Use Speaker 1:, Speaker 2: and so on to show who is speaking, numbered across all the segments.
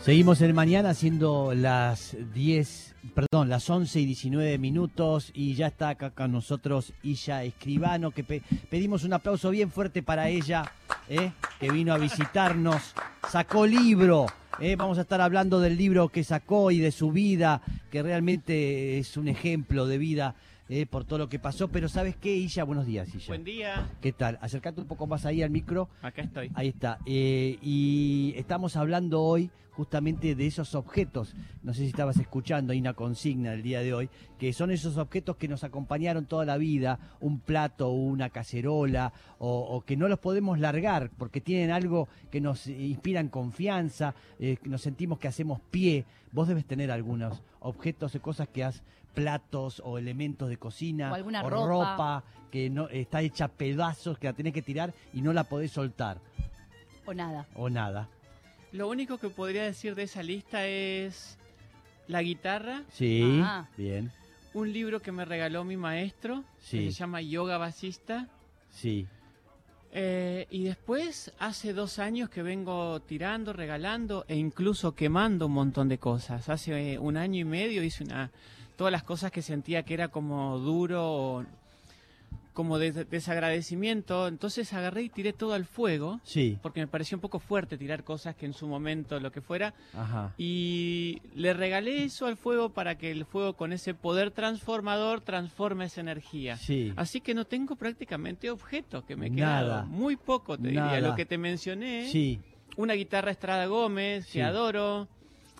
Speaker 1: Seguimos en mañana siendo las 10, perdón, las 11 y 19 minutos y ya está acá con nosotros Isha Escribano, que pe- pedimos un aplauso bien fuerte para ella, ¿eh? que vino a visitarnos, sacó libro, ¿eh? vamos a estar hablando del libro que sacó y de su vida, que realmente es un ejemplo de vida ¿eh? por todo lo que pasó, pero ¿sabes qué, Isha? Buenos días, Isha.
Speaker 2: Buen día,
Speaker 1: ¿Qué tal? Acercate un poco más ahí al micro.
Speaker 2: acá estoy.
Speaker 1: Ahí está. Eh, y estamos hablando hoy justamente de esos objetos. No sé si estabas escuchando, hay una consigna el día de hoy, que son esos objetos que nos acompañaron toda la vida, un plato, una cacerola, o, o que no los podemos largar porque tienen algo que nos inspiran confianza, eh, que nos sentimos que hacemos pie. Vos debes tener algunos objetos o cosas que has platos o elementos de cocina
Speaker 3: O alguna
Speaker 1: ropa.
Speaker 3: ropa.
Speaker 1: que no está hecha pedazos que la tenés que tirar y no la podés soltar
Speaker 3: O nada.
Speaker 1: o nada.
Speaker 2: Lo único que podría decir de esa lista es la guitarra,
Speaker 1: Sí,
Speaker 3: Ajá.
Speaker 1: bien,
Speaker 2: un libro que me regaló mi maestro,
Speaker 1: Sí.
Speaker 2: que se llama Yoga Basista.
Speaker 1: sí.
Speaker 2: eh, y después, hace dos años que vengo tirando, regalando e incluso quemando un montón de cosas. Hace eh, un año y medio hice una, todas las cosas que sentía que era como duro o como des- desagradecimiento. Entonces agarré y tiré todo al fuego.
Speaker 1: Sí,
Speaker 2: porque me pareció un poco fuerte tirar cosas que en su momento lo que fuera.
Speaker 1: ajá.
Speaker 2: Y le regalé eso al fuego para que el fuego con ese poder transformador transforme esa energía.
Speaker 1: Sí,
Speaker 2: Así que no tengo prácticamente objetos que me
Speaker 1: Nada.
Speaker 2: quedaron. Muy poco, te
Speaker 1: Nada.
Speaker 2: diría. Lo que te mencioné,
Speaker 1: sí.
Speaker 2: una guitarra Estrada Gómez,
Speaker 1: Sí.
Speaker 2: que adoro,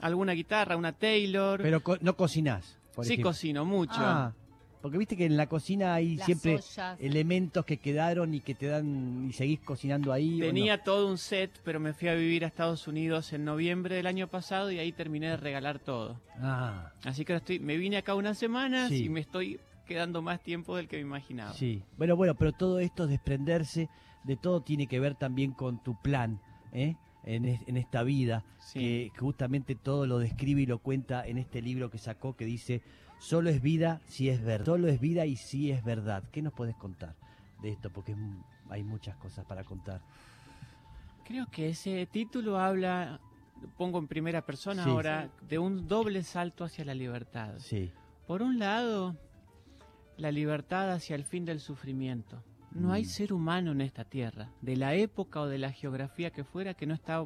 Speaker 2: alguna guitarra, una Taylor.
Speaker 1: Pero co- no cocinás, por
Speaker 2: sí
Speaker 1: ejemplo.
Speaker 2: cocino mucho.
Speaker 1: Ah, porque viste que en la cocina hay
Speaker 3: Las
Speaker 1: siempre
Speaker 3: ollas.
Speaker 1: elementos que quedaron y que te dan y seguís cocinando ahí. ¿o no?
Speaker 2: Tenía todo un set, pero me fui a vivir a Estados Unidos en noviembre del año pasado y ahí terminé de regalar todo.
Speaker 1: Ah,
Speaker 2: Así que ahora estoy, me vine acá unas semanas
Speaker 1: Sí.
Speaker 2: y me estoy quedando más tiempo del que me imaginaba.
Speaker 1: sí. Bueno, bueno, pero todo esto, desprenderse de todo, tiene que ver también con tu plan, ¿eh? En, es- en esta vida.
Speaker 2: Sí.
Speaker 1: que justamente todo lo describe y lo cuenta en este libro que sacó que dice solo es vida si es verdad solo es vida y si es verdad qué nos podés contar de esto porque es mu- hay muchas cosas para contar
Speaker 2: Creo que ese título habla, lo pongo en primera persona
Speaker 1: Sí.
Speaker 2: ahora, de un doble salto hacia la libertad.
Speaker 1: sí
Speaker 2: Por un lado, la libertad hacia el fin del sufrimiento. No hay
Speaker 1: Mm.
Speaker 2: ser humano en esta tierra, de la época o de la geografía que fuera, que no está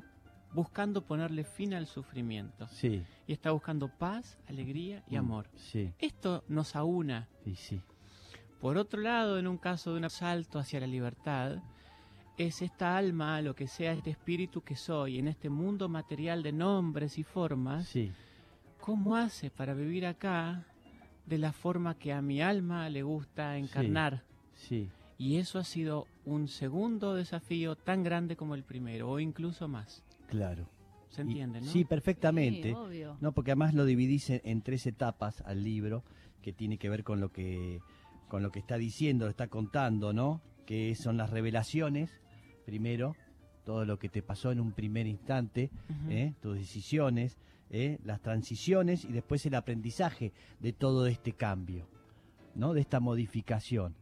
Speaker 2: buscando ponerle fin al sufrimiento.
Speaker 1: sí
Speaker 2: Y está buscando paz, alegría y
Speaker 1: Mm,
Speaker 2: amor.
Speaker 1: sí
Speaker 2: Esto nos aúna.
Speaker 1: sí sí
Speaker 2: Por otro lado, en un caso de un asalto hacia la libertad, es esta alma, lo que sea este espíritu que soy, en este mundo material de nombres y formas,
Speaker 1: sí
Speaker 2: ¿cómo hace para vivir acá de la forma que a mi alma le gusta encarnar?
Speaker 1: sí
Speaker 2: Y eso ha sido un segundo desafío tan grande como el primero, o incluso más.
Speaker 1: claro
Speaker 2: ¿Se
Speaker 1: Y-
Speaker 2: entiende, no?
Speaker 1: sí
Speaker 3: Sí,
Speaker 1: perfectamente
Speaker 3: obvio.
Speaker 1: No, porque además lo dividís en, en tres etapas al libro, que tiene que ver con lo que, con lo que está diciendo, lo está contando, ¿no? Que son las revelaciones, primero, todo lo que te pasó en un primer instante,
Speaker 2: Ujú.
Speaker 1: ¿eh? tus decisiones, ¿eh? las transiciones y después el aprendizaje de todo este cambio, ¿no? De esta modificación.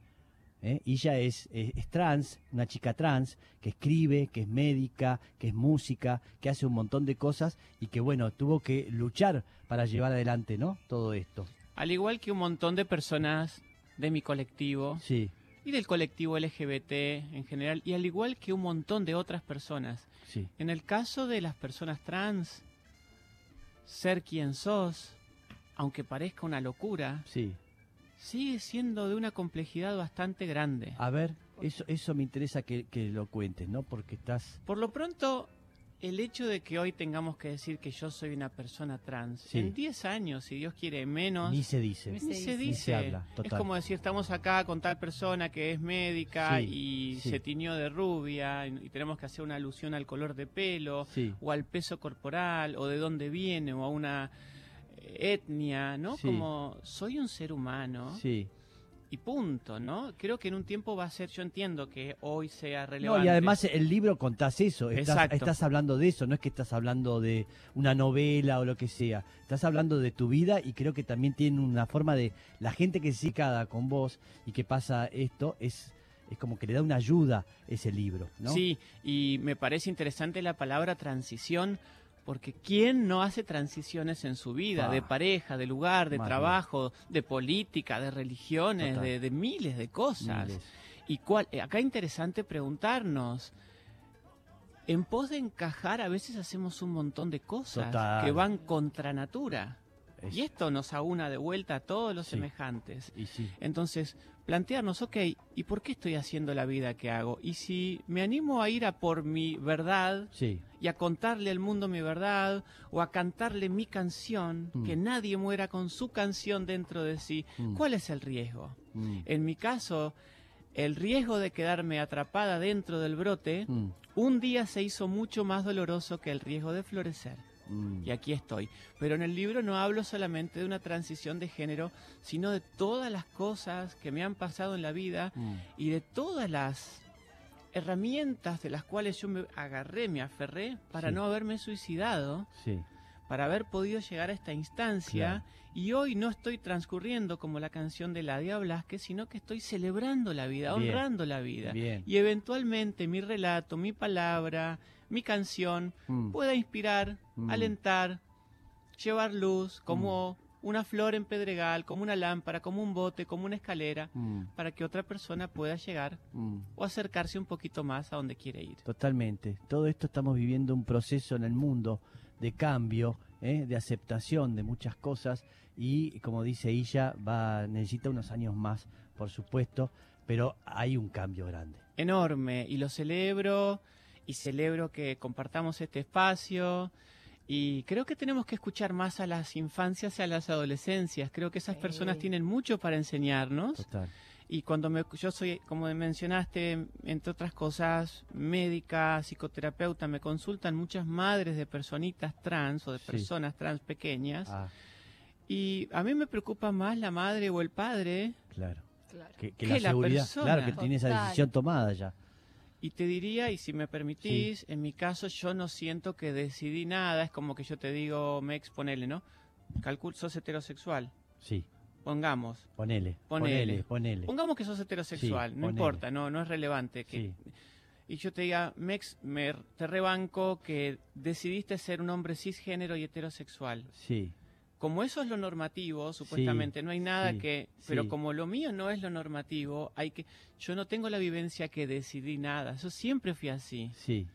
Speaker 1: ¿eh? Y ella es, es- es trans, una chica trans, que escribe, que es médica, que es música, que hace un montón de cosas y que, bueno, tuvo que luchar para llevar adelante, ¿no? Todo esto.
Speaker 2: Al igual que un montón de personas de mi colectivo,
Speaker 1: Sí,
Speaker 2: y del colectivo LGBT en general, y al igual que un montón de otras personas.
Speaker 1: sí,
Speaker 2: En el caso de las personas trans, ser quien sos, aunque parezca una locura,
Speaker 1: sí.
Speaker 2: sigue siendo de una complejidad bastante grande.
Speaker 1: A ver, eso, eso me interesa que, que lo cuentes, ¿no? Porque estás...
Speaker 2: Por lo pronto, el hecho de que hoy tengamos que decir que yo soy una persona trans,
Speaker 1: Sí.
Speaker 2: en 10 años, si Dios quiere menos,
Speaker 1: Ni se dice.
Speaker 3: Ni
Speaker 2: ni
Speaker 3: se
Speaker 2: se
Speaker 3: dice.
Speaker 2: dice.
Speaker 1: Ni se habla,
Speaker 2: es
Speaker 1: total.
Speaker 2: como decir, estamos acá con tal persona que es médica
Speaker 1: Sí,
Speaker 2: y
Speaker 1: sí.
Speaker 2: se tiñó de rubia y y tenemos que hacer una alusión al color de pelo
Speaker 1: Sí,
Speaker 2: o al peso corporal o de dónde viene o a una eh, etnia, ¿no?
Speaker 1: Sí.
Speaker 2: Como soy un ser humano
Speaker 1: sí.
Speaker 2: y punto, ¿no? Creo que en un tiempo va a ser, yo entiendo que hoy sea relevante.
Speaker 1: No, y además el libro contás eso, estás,
Speaker 2: Exacto.
Speaker 1: estás hablando de eso, no es que estás hablando de una novela o lo que sea, estás hablando de tu vida y creo que también tiene una forma de la gente que se cada con vos y que pasa esto, es, es como que le da una ayuda ese libro, ¿no?
Speaker 2: Sí, y me parece interesante la palabra transición Porque ¿quién no hace transiciones en su vida?
Speaker 1: Ah.
Speaker 2: de pareja, de lugar, de
Speaker 1: Más
Speaker 2: trabajo, de política, de religiones,
Speaker 1: Total.
Speaker 2: de, de miles de cosas.
Speaker 1: Miles.
Speaker 2: Y cuál, eh, acá interesante preguntarnos, en pos de encajar a veces hacemos un montón de cosas
Speaker 1: Total.
Speaker 2: que van contra natura.
Speaker 1: Es-
Speaker 2: Y esto nos aúna de vuelta a todos los
Speaker 1: Sí.
Speaker 2: semejantes.
Speaker 1: y sí.
Speaker 2: Entonces, plantearnos, ok, ¿y por qué estoy haciendo la vida que hago? Y si me animo a ir a por mi verdad
Speaker 1: Sí.
Speaker 2: y a contarle al mundo mi verdad o a cantarle mi canción,
Speaker 1: Mm.
Speaker 2: que nadie muera con su canción dentro de sí,
Speaker 1: Mm,
Speaker 2: ¿cuál es el riesgo?
Speaker 1: mm,
Speaker 2: En mi caso, el riesgo de quedarme atrapada dentro del brote,
Speaker 1: mm,
Speaker 2: un día se hizo mucho más doloroso que el riesgo de florecer.
Speaker 1: mm.
Speaker 2: Y aquí estoy. Pero en el libro no hablo solamente de una transición de género, sino de todas las cosas que me han pasado en la vida
Speaker 1: Mm.
Speaker 2: y de todas las herramientas de las cuales yo me agarré, me aferré para
Speaker 1: Sí.
Speaker 2: no haberme suicidado,
Speaker 1: Sí.
Speaker 2: para haber podido llegar a esta instancia.
Speaker 1: Claro.
Speaker 2: Y hoy no estoy transcurriendo como la canción de Ladia Blasque, sino que estoy celebrando la vida,
Speaker 1: Bien.
Speaker 2: honrando la vida.
Speaker 1: Bien.
Speaker 2: Y eventualmente mi relato, mi palabra, mi canción
Speaker 1: Mm.
Speaker 2: pueda inspirar,
Speaker 1: Mm.
Speaker 2: alentar, llevar luz como
Speaker 1: Mm.
Speaker 2: una flor en pedregal, como una lámpara, como un bote, como una escalera,
Speaker 1: Mm,
Speaker 2: para que otra persona pueda llegar
Speaker 1: mm.
Speaker 2: o acercarse un poquito más a donde quiere ir.
Speaker 1: Totalmente. Todo esto estamos viviendo un proceso en el mundo de cambio, ¿eh? de aceptación de muchas cosas y como dice ella, va necesita unos años más, por supuesto, pero hay un cambio grande.
Speaker 2: Enorme, y lo celebro, y celebro que compartamos este espacio. Y creo que tenemos que escuchar más a las infancias y a las adolescencias. Creo que esas personas
Speaker 3: Sí.
Speaker 2: tienen mucho para enseñarnos.
Speaker 1: Total.
Speaker 2: Y cuando me, yo soy, como mencionaste, entre otras cosas, médica, psicoterapeuta, me consultan muchas madres de personitas trans o de
Speaker 1: Sí.
Speaker 2: personas trans pequeñas.
Speaker 1: Ah,
Speaker 2: Y a mí me preocupa más la madre o el padre.
Speaker 1: claro.
Speaker 3: Claro.
Speaker 1: Que, que
Speaker 2: Que
Speaker 1: la
Speaker 2: la
Speaker 1: seguridad,
Speaker 2: persona.
Speaker 1: claro, que tiene esa
Speaker 3: Total.
Speaker 1: decisión tomada ya.
Speaker 2: Y te diría, y si me permitís, en mi caso yo no siento que decidí nada. Es como que yo te digo, me exponele, ¿no? Calcul, sos heterosexual.
Speaker 1: Sí,
Speaker 2: Pongamos.
Speaker 1: ponele. Ponele,
Speaker 2: Ponele.
Speaker 1: ponele.
Speaker 2: Pongamos que sos heterosexual,
Speaker 1: Sí,
Speaker 2: no
Speaker 1: ponele.
Speaker 2: importa, no, no es relevante. Que,
Speaker 1: Sí,
Speaker 2: y yo te diga, Mex, me, te rebanco que decidiste ser un hombre cisgénero y heterosexual.
Speaker 1: sí,
Speaker 2: Como eso es lo normativo, supuestamente, no hay nada
Speaker 1: sí,
Speaker 2: que... Pero
Speaker 1: sí.
Speaker 2: como lo mío no es lo normativo, hay que... Yo no tengo la vivencia que decidí nada, yo siempre fui así.
Speaker 1: sí.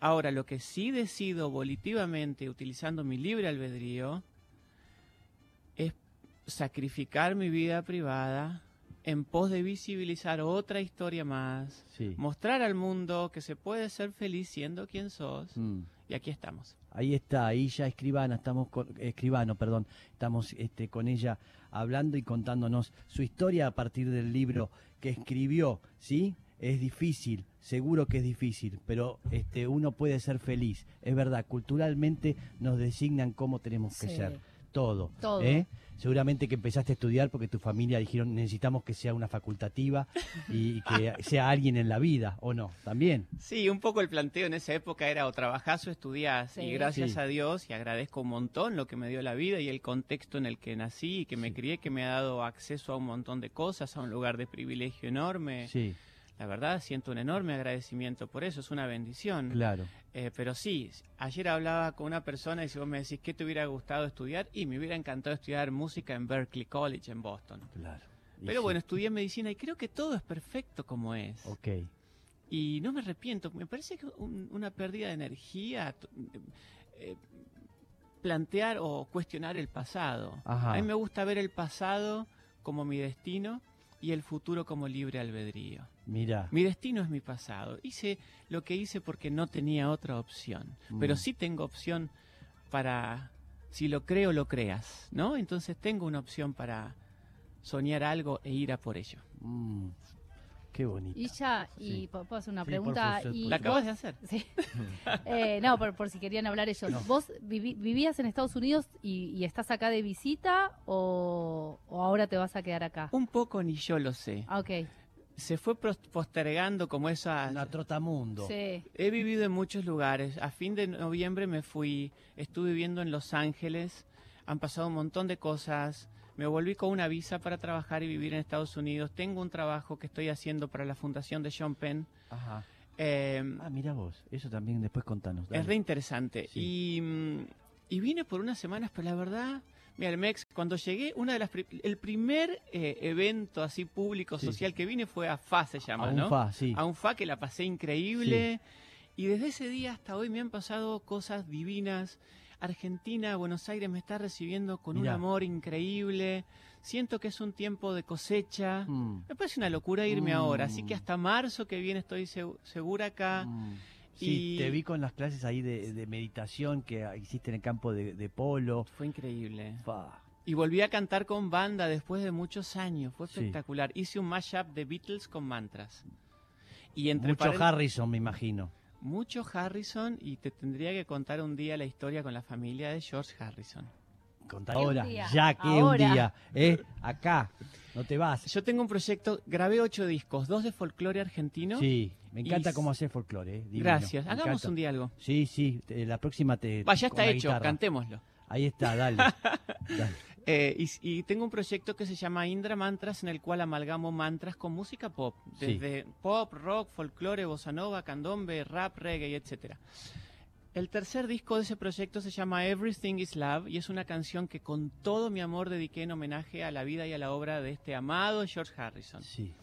Speaker 2: Ahora, lo que sí decido volitivamente, utilizando mi libre albedrío, es sacrificar mi vida privada en pos de visibilizar otra historia más,
Speaker 1: sí.
Speaker 2: mostrar al mundo que se puede ser feliz siendo quien sos.
Speaker 1: Mm.
Speaker 2: Y aquí estamos.
Speaker 1: Ahí está, ahí ya escribana, estamos con, escribano, perdón, estamos este, con ella hablando y contándonos su historia a partir del libro que escribió, ¿sí? Es difícil, seguro que es difícil, pero este, uno puede ser feliz. Es verdad, culturalmente nos designan cómo tenemos que
Speaker 3: Sí.
Speaker 1: ser. Todo.
Speaker 3: Todo.
Speaker 1: ¿eh? Seguramente que empezaste a estudiar porque tu familia dijeron necesitamos que sea una facultativa y que sea alguien en la vida, ¿o no? También.
Speaker 2: Sí, un poco el planteo en esa época era o trabajás o estudiás.
Speaker 3: Sí.
Speaker 2: Y gracias
Speaker 1: Sí.
Speaker 2: a Dios, y agradezco un montón lo que me dio la vida y el contexto en el que nací y que me
Speaker 1: Sí.
Speaker 2: crié, que me ha dado acceso a un montón de cosas, a un lugar de privilegio enorme.
Speaker 1: Sí,
Speaker 2: La verdad, siento un enorme agradecimiento por eso, es una bendición.
Speaker 1: claro.
Speaker 2: Eh, pero sí, ayer hablaba con una persona y si vos me decís qué te hubiera gustado estudiar, y me hubiera encantado estudiar música en Berkeley College en Boston.
Speaker 1: Claro. Y
Speaker 2: Pero
Speaker 1: sí.
Speaker 2: bueno, estudié medicina y creo que todo es perfecto como es.
Speaker 1: Ok.
Speaker 2: Y no me arrepiento. Me parece que un- una pérdida de energía t- eh, plantear o cuestionar el pasado.
Speaker 1: Ajá.
Speaker 2: A mí me gusta ver el pasado como mi destino y el futuro como libre albedrío.
Speaker 1: Mira.
Speaker 2: Mi destino es mi pasado. Hice lo que hice porque no tenía otra opción.
Speaker 1: Mm.
Speaker 2: Pero sí tengo opción para, si lo creo, lo creas, ¿no? Entonces tengo una opción para soñar algo e ir a por ello.
Speaker 1: Mm, qué bonito.
Speaker 3: Y ya, y
Speaker 1: Sí.
Speaker 3: po- puedo hacer una
Speaker 1: Sí,
Speaker 3: pregunta.
Speaker 1: por favor,
Speaker 3: y
Speaker 1: por
Speaker 2: La
Speaker 1: favor.
Speaker 2: acabas de hacer.
Speaker 3: Sí.
Speaker 1: Ah,
Speaker 3: Eh, no, por, por si querían hablar ellos.
Speaker 1: No.
Speaker 3: ¿Vos vivi- vivías en Estados Unidos y, y estás acá de visita o, o ahora te vas a quedar acá?
Speaker 2: Un poco ni yo lo sé.
Speaker 3: Ah, ok.
Speaker 2: se fue pros- postergando como esa...
Speaker 1: Una trotamundo.
Speaker 3: Sí.
Speaker 2: He vivido en muchos lugares. A fin de noviembre me fui, estuve viviendo en Los Ángeles, han pasado un montón de cosas. Me volví con una visa para trabajar y vivir en Estados Unidos. Tengo un trabajo que estoy haciendo para la fundación de Sean Penn.
Speaker 1: Ajá.
Speaker 2: Eh,
Speaker 1: Ah, mira vos, eso también después contanos. dale.
Speaker 2: es re interesante.
Speaker 1: Sí.
Speaker 2: Y, mm, y vine por unas semanas, pero la verdad, mira, el MEX, cuando llegué, una de las pri- el primer eh, evento así público,
Speaker 1: Sí.
Speaker 2: social que vine fue a FA, se
Speaker 1: A
Speaker 2: llama,
Speaker 1: un
Speaker 2: ¿no?
Speaker 1: fa, sí.
Speaker 2: a un fa que la pasé increíble. Y desde ese día hasta hoy me han pasado cosas divinas. Argentina, Buenos Aires me está recibiendo con
Speaker 1: Mirá.
Speaker 2: un amor increíble. Siento que es un tiempo de cosecha.
Speaker 1: Mm,
Speaker 2: Me parece una locura irme ahora, así
Speaker 1: Mm.
Speaker 2: que hasta marzo que viene estoy segu- segura acá.
Speaker 1: mm. Sí,
Speaker 2: Ah. y-
Speaker 1: te vi con las clases ahí de, de meditación que ah, hiciste en el campo de, de polo.
Speaker 2: Fue increíble.
Speaker 1: Fa.
Speaker 2: Y volví a cantar con banda después de muchos años, fue
Speaker 1: Sí.
Speaker 2: espectacular. Hice un mashup de Beatles con mantras. Y entre
Speaker 1: Mucho
Speaker 2: paren-
Speaker 1: Harrison, me imagino.
Speaker 2: mucho Harrison y te tendría que contar un día la historia con la familia de George Harrison.
Speaker 1: Contá
Speaker 3: Que un
Speaker 1: ahora,
Speaker 3: día,
Speaker 1: ya que
Speaker 3: ahora.
Speaker 1: un día, ¿eh? acá, no te vas.
Speaker 2: Yo tengo un proyecto, grabé ocho discos, dos de folclore argentino.
Speaker 1: Sí, me encanta
Speaker 2: Y-
Speaker 1: cómo hacer folclore. eh, divino,
Speaker 2: Gracias.
Speaker 1: me
Speaker 2: Hagamos
Speaker 1: encanta.
Speaker 2: un día algo.
Speaker 1: Sí, sí, te- la próxima te.
Speaker 2: Va, ya
Speaker 1: con
Speaker 2: está
Speaker 1: la
Speaker 2: hecho,
Speaker 1: guitarra.
Speaker 2: cantémoslo.
Speaker 1: Ahí está, dale. Dale.
Speaker 2: Eh, y, y tengo un proyecto que se llama Indra Mantras, en el cual amalgamo mantras con música pop,
Speaker 1: Sí.
Speaker 2: desde pop, rock, folclore, bossa nova, candombe, rap, reggae, etc. El tercer disco de ese proyecto se llama Everything is Love y es una canción que con todo mi amor dediqué en homenaje a la vida y a la obra de este amado George Harrison.
Speaker 1: Sí.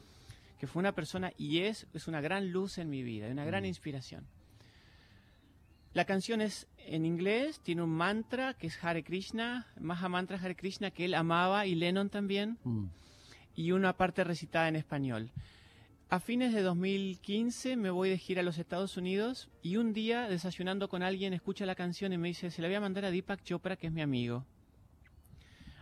Speaker 2: que fue una persona y es, es una gran luz en mi vida, una gran
Speaker 1: Mm.
Speaker 2: inspiración. La canción es en inglés, tiene un mantra que es Hare Krishna, Maha Mantra Hare Krishna que él amaba y Lennon también,
Speaker 1: Mm.
Speaker 2: y una parte recitada en español. A fines de 2015 me voy de gira a los Estados Unidos y un día desayunando con alguien escucha la canción y me dice, se la voy a mandar a Deepak Chopra que es mi amigo.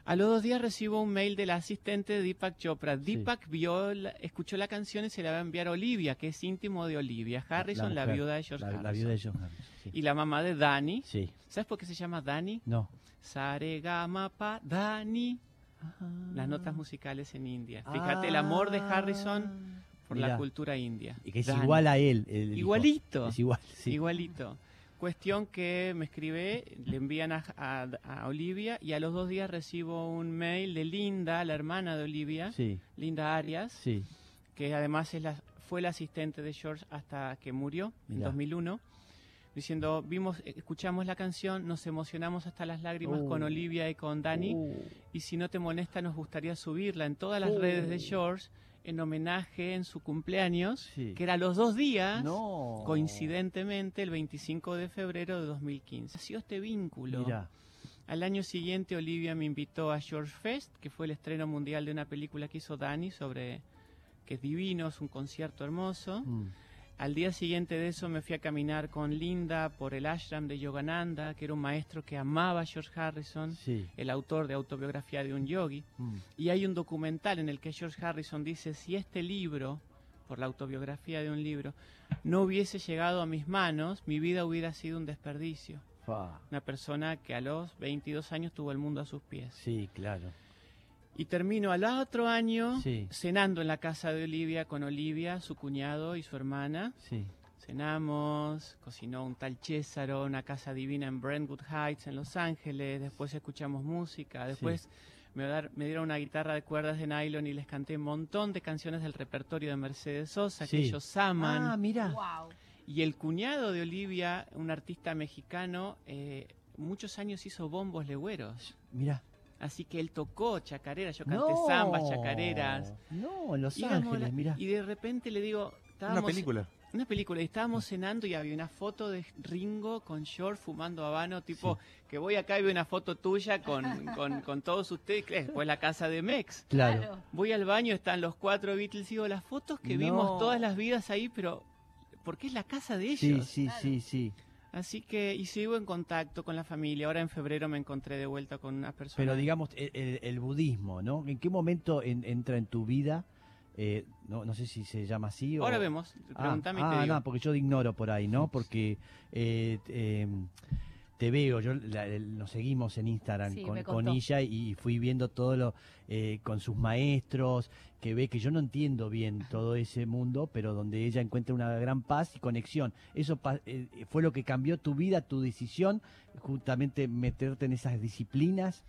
Speaker 2: A los dos días recibo un mail de la asistente de Deepak Chopra.
Speaker 1: Sí.
Speaker 2: Deepak vio, la- escuchó la canción y se la va a enviar a Olivia, que es íntimo de Olivia Harrison, la,
Speaker 1: mujer,
Speaker 2: viuda de George
Speaker 1: la,
Speaker 2: Harrison.
Speaker 1: la viuda de George Harrison. Sí.
Speaker 2: Y la mamá de Dani.
Speaker 1: Sí.
Speaker 2: ¿Sabes por qué se llama Dani?
Speaker 1: No.
Speaker 2: Saregamapa Dani. Las notas musicales en India. Fíjate el amor de Harrison por
Speaker 1: Ah, Mirá.
Speaker 2: la cultura india.
Speaker 1: Y que es
Speaker 2: Dani.
Speaker 1: igual a él. el hijo.
Speaker 2: Igualito.
Speaker 1: Es igual, sí.
Speaker 2: Igualito. Cuestión que me escribe, le envían a, a- a Olivia y a los dos días recibo un mail de Linda, la hermana de Olivia,
Speaker 1: Sí,
Speaker 2: Linda Arias,
Speaker 1: sí.
Speaker 2: que además es la, fue la asistente de George hasta que murió en
Speaker 1: Mirá.
Speaker 2: 2001, diciendo, vimos, escuchamos la canción, nos emocionamos hasta las lágrimas
Speaker 1: Oh.
Speaker 2: con Olivia y con Dani
Speaker 1: Uh,
Speaker 2: y si no te molesta nos gustaría subirla en todas las redes
Speaker 1: Oh.
Speaker 2: de George en homenaje en su cumpleaños,
Speaker 1: Sí.
Speaker 2: que era los dos días.
Speaker 1: No.
Speaker 2: Coincidentemente, el 25 de febrero de 2015 nació este vínculo.
Speaker 1: Mira,
Speaker 2: Al año siguiente, Olivia me invitó a George Fest, que fue el estreno mundial de una película que hizo Dani sobre que es divino, es un concierto hermoso.
Speaker 1: Mm.
Speaker 2: Al día siguiente de eso, me fui a caminar con Linda por el ashram de Yogananda, que era un maestro que amaba a George Harrison,
Speaker 1: sí.
Speaker 2: el autor de Autobiografía de un Yogi.
Speaker 1: Mm.
Speaker 2: Y hay un documental en el que George Harrison dice, si este libro, por la autobiografía de un libro, no hubiese llegado a mis manos, mi vida hubiera sido un desperdicio.
Speaker 1: Fa.
Speaker 2: Una persona que a los 22 años tuvo el mundo a sus pies.
Speaker 1: Sí, claro.
Speaker 2: Y termino al otro año
Speaker 1: Sí.
Speaker 2: cenando en la casa de Olivia con Olivia, su cuñado y su hermana.
Speaker 1: Sí.
Speaker 2: Cenamos, cocinó un tal Césaro, una casa divina en Brentwood Heights, en Los Ángeles. Después escuchamos música. Después me, dar- me dieron una guitarra de cuerdas de nylon y les canté un montón de canciones del repertorio de Mercedes Sosa que
Speaker 1: Sí.
Speaker 2: ellos aman.
Speaker 1: Ah, mira.
Speaker 3: Wow.
Speaker 2: Y el cuñado de Olivia, un artista mexicano, eh, muchos años hizo bombos legüeros.
Speaker 1: Mira.
Speaker 2: Así que él tocó chacareras. Yo canté zambas, chacareras.
Speaker 1: No, en Los
Speaker 2: Y éramos
Speaker 1: Ángeles,
Speaker 2: la-
Speaker 1: mira.
Speaker 2: Y de repente le digo.
Speaker 4: Una
Speaker 2: estábamos-
Speaker 4: película.
Speaker 2: una película, y estábamos cenando y había una foto de Ringo con George fumando habano, tipo, que voy acá y veo una foto tuya con, con, con todos ustedes, que después la casa de Mex.
Speaker 1: Claro.
Speaker 2: Voy al baño, están los cuatro Beatles, y digo, las fotos que
Speaker 1: No.
Speaker 2: vimos todas las vidas ahí, pero porque es la casa de ellos.
Speaker 1: Sí, sí,
Speaker 3: Claro.
Speaker 1: sí, sí.
Speaker 2: Así que, y sigo en contacto con la familia, ahora en febrero me encontré de vuelta con una persona.
Speaker 1: Pero digamos, el, el- el budismo, ¿no? ¿En qué momento en- entra en tu vida? Eh, no, no sé si se llama así o...
Speaker 2: Ahora vemos,
Speaker 1: Ah,
Speaker 2: pregúntame
Speaker 1: ah,
Speaker 2: y te digo.
Speaker 1: no, porque yo ignoro por ahí, ¿no? Porque eh, eh, te veo, yo la- el- nos seguimos en Instagram
Speaker 3: Sí,
Speaker 1: con,
Speaker 3: me
Speaker 1: con
Speaker 3: contó.
Speaker 1: ella y fui viendo todo lo eh, con sus maestros, que ve que yo no entiendo bien todo ese mundo, pero donde ella encuentra una gran paz y conexión. Eso pa- eh, fue lo que cambió tu vida, tu decisión, justamente meterte en esas disciplinas.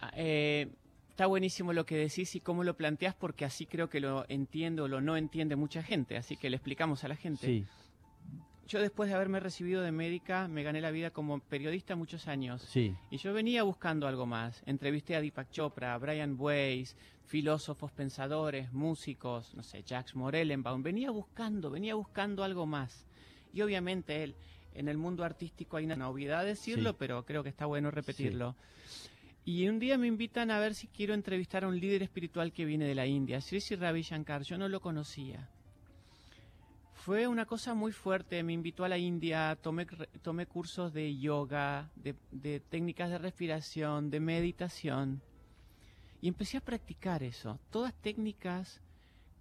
Speaker 2: Ah, eh, está buenísimo lo que decís y cómo lo planteás, porque así creo que lo entiendo o lo no entiende mucha gente. Así que le explicamos a la gente. yo después de haberme recibido de médica, me gané la vida como periodista muchos años.
Speaker 1: Sí.
Speaker 2: Y yo venía buscando algo más. Entrevisté a Deepak Chopra, a Brian Weiss, filósofos, pensadores, músicos, no sé, Jacques Morellenbaum. Venía buscando, venía buscando algo más. Y obviamente él, en el mundo artístico hay una novedad decirlo,
Speaker 1: Sí.
Speaker 2: pero creo que está bueno repetirlo. Y un día me invitan a ver si quiero entrevistar a un líder espiritual que viene de la India, Sri Sri Ravi Shankar. Yo no lo conocía. Fue una cosa muy fuerte, me invitó a la India, tomé, cr- tomé cursos de yoga, de, de técnicas de respiración, de meditación. Y empecé a practicar eso, todas técnicas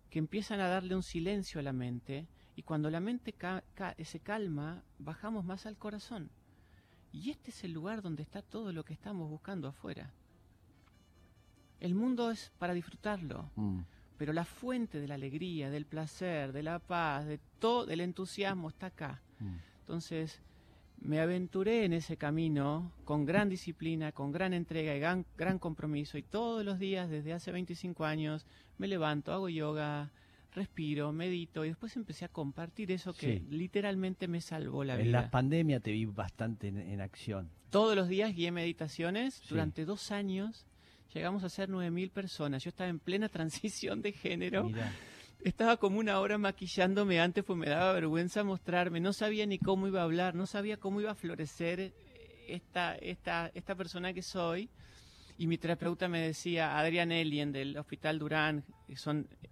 Speaker 2: que empiezan a darle un silencio a la mente y cuando la mente ca- ca- se calma, bajamos más al corazón. Y este es el lugar donde está todo lo que estamos buscando afuera. El mundo es para disfrutarlo,
Speaker 1: Mm.
Speaker 2: pero la fuente de la alegría, del placer, de la paz, de todo el entusiasmo está acá.
Speaker 1: Mm.
Speaker 2: Entonces, me aventuré en ese camino con gran disciplina, con gran entrega y gran, gran compromiso. Y todos los días, desde hace 25 años, me levanto, hago yoga, respiro, medito. Y después empecé a compartir eso que
Speaker 1: Sí.
Speaker 2: literalmente me salvó la
Speaker 1: en
Speaker 2: vida.
Speaker 1: la pandemia te vi bastante en, en acción.
Speaker 2: Todos los días guié meditaciones.
Speaker 1: Sí.
Speaker 2: Durante dos años llegamos a ser 9.000 personas. Yo estaba en plena transición de género.
Speaker 1: Mirá.
Speaker 2: Estaba como una hora maquillándome antes, pues me daba vergüenza mostrarme. No sabía ni cómo iba a hablar, no sabía cómo iba a florecer eh, esta, esta, esta persona que soy. Y mi terapeuta me decía, Adrián Elien del Hospital Durán, que son eh,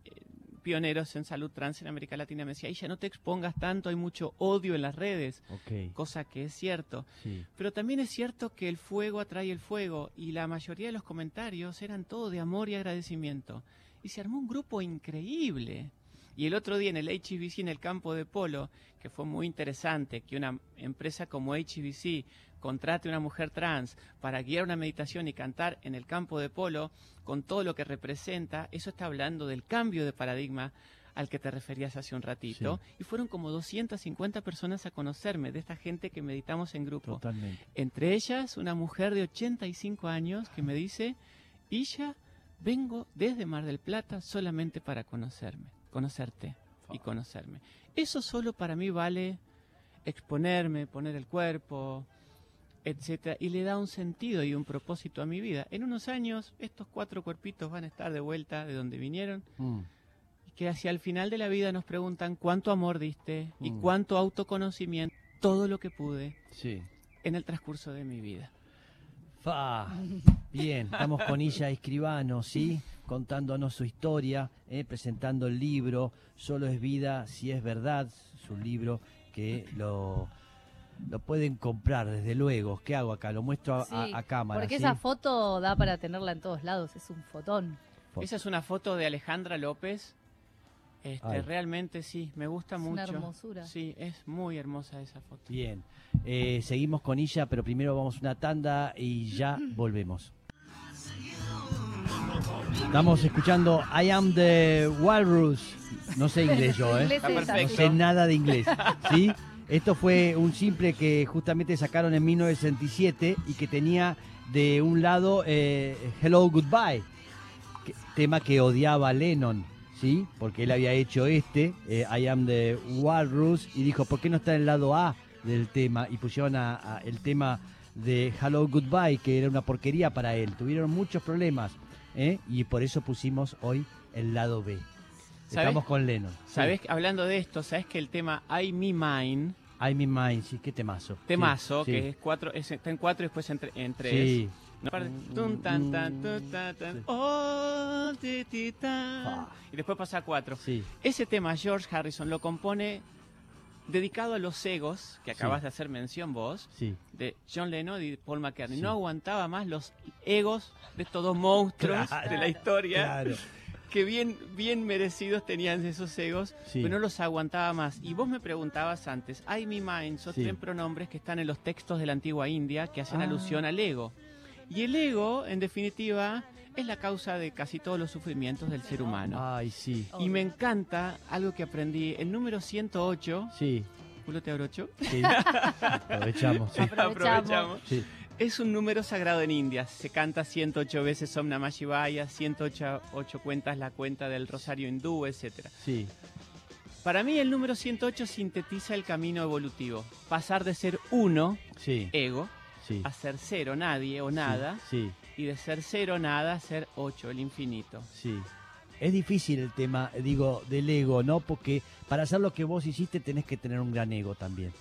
Speaker 2: pioneros en salud trans en América Latina, me decía, ya no te expongas tanto, hay mucho odio en las redes,
Speaker 1: Ok.
Speaker 2: cosa que es cierto.
Speaker 1: Sí.
Speaker 2: Pero también es cierto que el fuego atrae el fuego y la mayoría de los comentarios eran todo de amor y agradecimiento. Y se armó un grupo increíble. Y el otro día en el HBC, en el campo de polo, que fue muy interesante que una empresa como HBC contrate a una mujer trans para guiar una meditación y cantar en el campo de polo con todo lo que representa, eso está hablando del cambio de paradigma al que te referías hace un ratito. Y fueron como 250 personas a conocerme, de esta gente que meditamos en grupo.
Speaker 1: Totalmente.
Speaker 2: Entre ellas, una mujer de 85 años que me dice, Isha, vengo desde Mar del Plata solamente para conocerme, conocerte y conocerme. Eso solo para mí vale exponerme, poner el cuerpo, etcétera, y le da un sentido y un propósito a mi vida. En unos años, estos cuatro cuerpitos van a estar de vuelta de donde vinieron,
Speaker 1: Mm.
Speaker 2: y que hacia el final de la vida nos preguntan cuánto amor diste y
Speaker 1: Mm.
Speaker 2: cuánto autoconocimiento, todo lo que pude
Speaker 1: Sí.
Speaker 2: en el transcurso de mi vida.
Speaker 1: Fa. Bien, estamos con Illa Escribano, ¿sí? Contándonos su historia, eh, presentando el libro Solo es vida si es verdad, su libro que lo, lo pueden comprar, desde luego. ¿Qué hago acá? Lo muestro a, a-
Speaker 3: Sí,
Speaker 1: a cámara.
Speaker 3: Porque
Speaker 1: ¿sí?
Speaker 3: esa foto da para tenerla en todos lados, es un fotón.
Speaker 1: Foto.
Speaker 2: Esa es una foto de Alejandra López. Este,
Speaker 1: Ay.
Speaker 2: realmente sí, me gusta
Speaker 3: Es
Speaker 2: mucho.
Speaker 3: una hermosura.
Speaker 2: Sí, es muy hermosa esa foto.
Speaker 1: Bien, Eh, seguimos con Illa, pero primero vamos a una tanda y ya volvemos. Estamos escuchando I am the walrus. No sé inglés yo, ¿eh?
Speaker 3: Inglés
Speaker 2: Está
Speaker 3: es
Speaker 1: No
Speaker 2: perfecto.
Speaker 1: sé nada de inglés, ¿sí? Esto fue un simple que justamente sacaron en 1967 y que tenía de un lado eh, Hello Goodbye, que- tema que odiaba Lennon, ¿sí? Porque él había hecho este, eh, I Am the Walrus, y dijo, ¿por qué no está en el lado A del tema? Y pusieron a- a el tema de Hello Goodbye, que era una porquería para él. Tuvieron muchos problemas, ¿eh? Y por eso pusimos hoy el lado B.
Speaker 2: ¿Sabes?
Speaker 1: Estamos con Lennon. Sí.
Speaker 2: ¿Sabes? Hablando de esto, ¿sabes que el tema I Me Mine,
Speaker 1: I'm in mine, sí, qué temazo.
Speaker 2: temazo,
Speaker 1: Sí,
Speaker 2: que
Speaker 1: sí.
Speaker 2: es cuatro, es- está en cuatro y después en, tre- en tres?
Speaker 1: Sí.
Speaker 2: No, aparte, tun, tan, tan, tun, tan, tan,
Speaker 1: Sí.
Speaker 2: oh, ti, ti, tan.
Speaker 1: Ah.
Speaker 2: Y después pasa a cuatro.
Speaker 1: Sí,
Speaker 2: Ese tema George Harrison lo compone dedicado a los egos, que
Speaker 1: Sí.
Speaker 2: acabas de hacer mención vos,
Speaker 1: sí.
Speaker 2: de John Lennon y Paul McCartney.
Speaker 1: Sí.
Speaker 2: No aguantaba más los egos de estos dos monstruos
Speaker 1: Claro,
Speaker 2: de la historia,
Speaker 1: Claro.
Speaker 2: que bien, bien merecidos tenían esos egos,
Speaker 1: Sí.
Speaker 2: pero no los aguantaba más. Y vos me preguntabas antes, I Me Mine son
Speaker 1: Sí.
Speaker 2: tres pronombres que están en los textos de la antigua India que hacen
Speaker 1: Ah.
Speaker 2: alusión al ego. Y el ego, en definitiva, es la causa de casi todos los sufrimientos del ser humano.
Speaker 1: Ay, sí.
Speaker 2: Y me encanta algo que aprendí. El número 108,
Speaker 1: Sí,
Speaker 2: culo te abrocho,
Speaker 1: sí. Aprovechamos. Sí.
Speaker 3: Aprovechamos.
Speaker 1: sí.
Speaker 2: Es un número sagrado en India. Se canta 108 veces Om Namah Shivaya, 108 cuentas la cuenta del rosario hindú, etc.
Speaker 1: sí.
Speaker 2: Para mí el número 108 sintetiza el camino evolutivo. Pasar de ser uno,
Speaker 1: Sí,
Speaker 2: ego,
Speaker 1: sí.
Speaker 2: a ser cero, nadie o Eh, nada.
Speaker 1: Sí,
Speaker 2: Y de ser cero, nada, a ser ocho, el infinito.
Speaker 1: sí. Es difícil el tema, digo, del ego, ¿no? Porque para hacer lo que vos hiciste tenés que tener un gran ego también.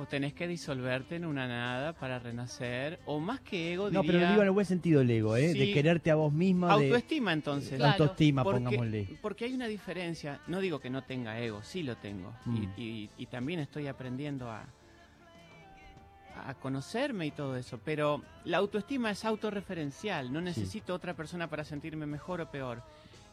Speaker 2: O tenés que disolverte en una nada para renacer. O más que ego,
Speaker 1: No, pero lo
Speaker 2: diría,
Speaker 1: digo en el buen sentido el ego, ¿eh? De
Speaker 2: Sí.
Speaker 1: quererte a vos misma, de
Speaker 2: autoestima entonces.
Speaker 1: la
Speaker 3: Claro.
Speaker 1: autoestima,
Speaker 2: Porque-
Speaker 1: pongámosle.
Speaker 2: Porque hay una diferencia. No digo que no tenga ego, sí lo tengo. Y-
Speaker 1: Mm.
Speaker 2: Y, y también estoy aprendiendo a, a conocerme y todo eso. Pero la autoestima es autorreferencial. No necesito otra persona para sentirme mejor o peor.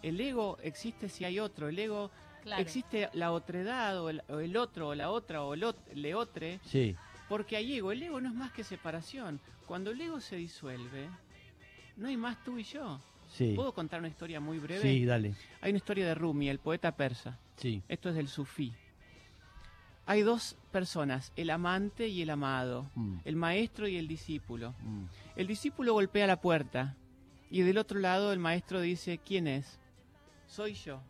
Speaker 2: El ego existe si hay otro. El ego
Speaker 3: Claro.
Speaker 2: existe la otredad o el, o el otro o la otra o el ot- le otre.
Speaker 1: Sí,
Speaker 2: Porque hay ego. El ego no es más que separación. Cuando el ego se disuelve, no hay más tú y yo.
Speaker 1: sí.
Speaker 2: ¿Puedo contar una historia muy breve?
Speaker 1: Sí, dale.
Speaker 2: Hay una historia de Rumi, el poeta persa.
Speaker 1: Sí,
Speaker 2: Esto es del sufí. Hay dos personas, el amante y el amado,
Speaker 1: Mm,
Speaker 2: el maestro y el discípulo.
Speaker 1: mm,
Speaker 2: El discípulo golpea la puerta y del otro lado el maestro dice, ¿quién es? Soy yo.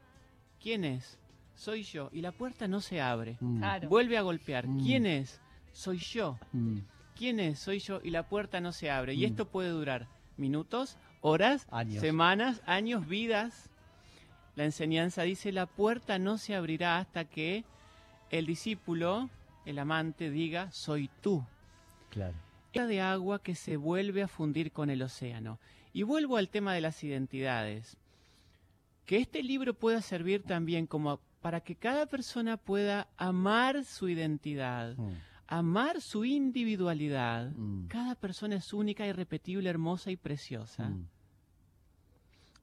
Speaker 2: ¿Quién es? Soy yo. Y la puerta no se abre.
Speaker 1: mm,
Speaker 3: Claro.
Speaker 2: Vuelve a golpear.
Speaker 1: Mm.
Speaker 2: ¿Quién es? Soy yo.
Speaker 1: mm.
Speaker 2: ¿Quién es? Soy yo. Y la puerta no se abre.
Speaker 1: Mm.
Speaker 2: Y esto puede durar minutos, horas,
Speaker 1: Años.
Speaker 2: semanas, años, vidas. La enseñanza dice, la puerta no se abrirá hasta que el discípulo, el amante, diga, soy tú.
Speaker 1: Claro.
Speaker 2: Era de agua que se vuelve a fundir con el océano. Y vuelvo al tema de las identidades. Que este libro pueda servir también como para que cada persona pueda amar su identidad,
Speaker 1: Mm,
Speaker 2: amar su individualidad.
Speaker 1: mm,
Speaker 2: Cada persona es única, irrepetible, hermosa y preciosa,
Speaker 1: mm,